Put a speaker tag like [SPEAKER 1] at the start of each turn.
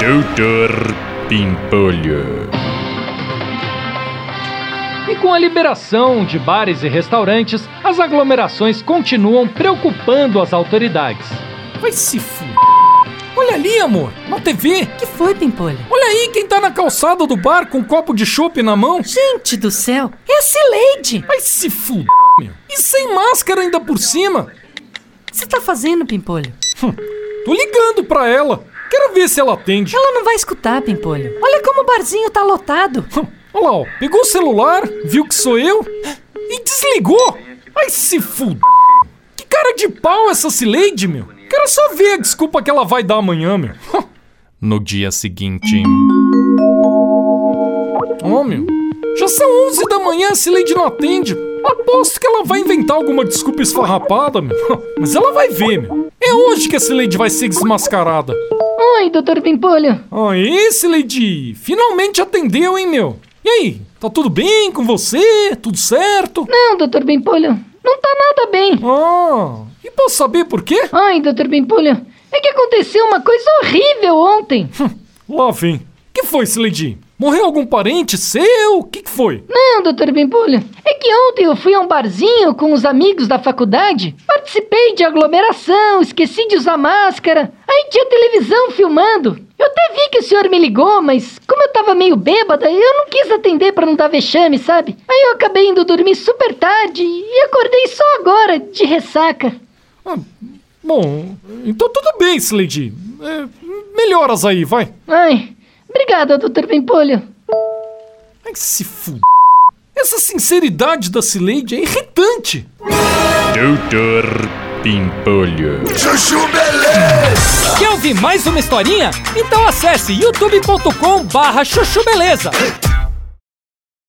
[SPEAKER 1] Doutor Pimpolho.
[SPEAKER 2] E com a liberação de bares e restaurantes, as aglomerações continuam preocupando as autoridades.
[SPEAKER 3] Vai se f... Olha ali, amor, na TV.
[SPEAKER 4] que foi, Pimpolho?
[SPEAKER 3] Olha aí quem tá na calçada do bar com um copo de chopp na mão.
[SPEAKER 4] Gente do céu, é a Cileide!
[SPEAKER 3] Vai se f... meu. E sem máscara ainda por cima. Hum.
[SPEAKER 4] O que você tá fazendo, Pimpolho?
[SPEAKER 3] Tô ligando pra ela. Quero ver se ela atende.
[SPEAKER 4] Ela não vai escutar, Pimpolho. Olha como o barzinho tá lotado.
[SPEAKER 3] Hum, Olha lá, ó. pegou o celular, viu que sou eu e desligou. Vai se fud... Que cara de pau é essa Cileide, meu. Quero só ver a desculpa que ela vai dar amanhã, meu. Hum. No dia seguinte... Ó, meu. Já são 11 da manhã, a Cileide não atende. Aposto que ela vai inventar alguma desculpa esfarrapada, meu. Hum, Mas ela vai ver, meu. É hoje que a Cileide vai ser desmascarada.
[SPEAKER 5] Oi, doutor Pimpolho.
[SPEAKER 3] Aí, Sileidi! Finalmente atendeu, hein, meu? E aí, tá tudo bem com você? Tudo certo?
[SPEAKER 5] Não, doutor Pimpolho, não tá nada bem.
[SPEAKER 3] Ah, e posso saber por quê?
[SPEAKER 5] Ai, doutor Pimpolho, é que aconteceu uma coisa horrível ontem.
[SPEAKER 3] Lá vem. que foi, Sileidi? Morreu algum parente seu? O que, que foi?
[SPEAKER 5] Não, doutor Pimpolho, é que ontem eu fui a um barzinho com os amigos da faculdade, participei de aglomeração, esqueci de usar máscara, aí tinha televisão filmando. Eu até vi que o senhor me ligou, mas como eu tava meio bêbada, eu não quis atender pra não dar vexame, sabe? Aí eu acabei indo dormir super tarde e acordei só agora, de ressaca.
[SPEAKER 3] Ah, bom, então tudo bem, Sileidi. É, melhoras aí, vai.
[SPEAKER 5] Ai, obrigada, doutor Pimpolho.
[SPEAKER 3] Ai, se f... Essa sinceridade da Sileide é irritante.
[SPEAKER 1] Doutor Pimpolho.
[SPEAKER 2] Quer ouvir mais uma historinha? Então acesse youtube.com barra chuchu beleza.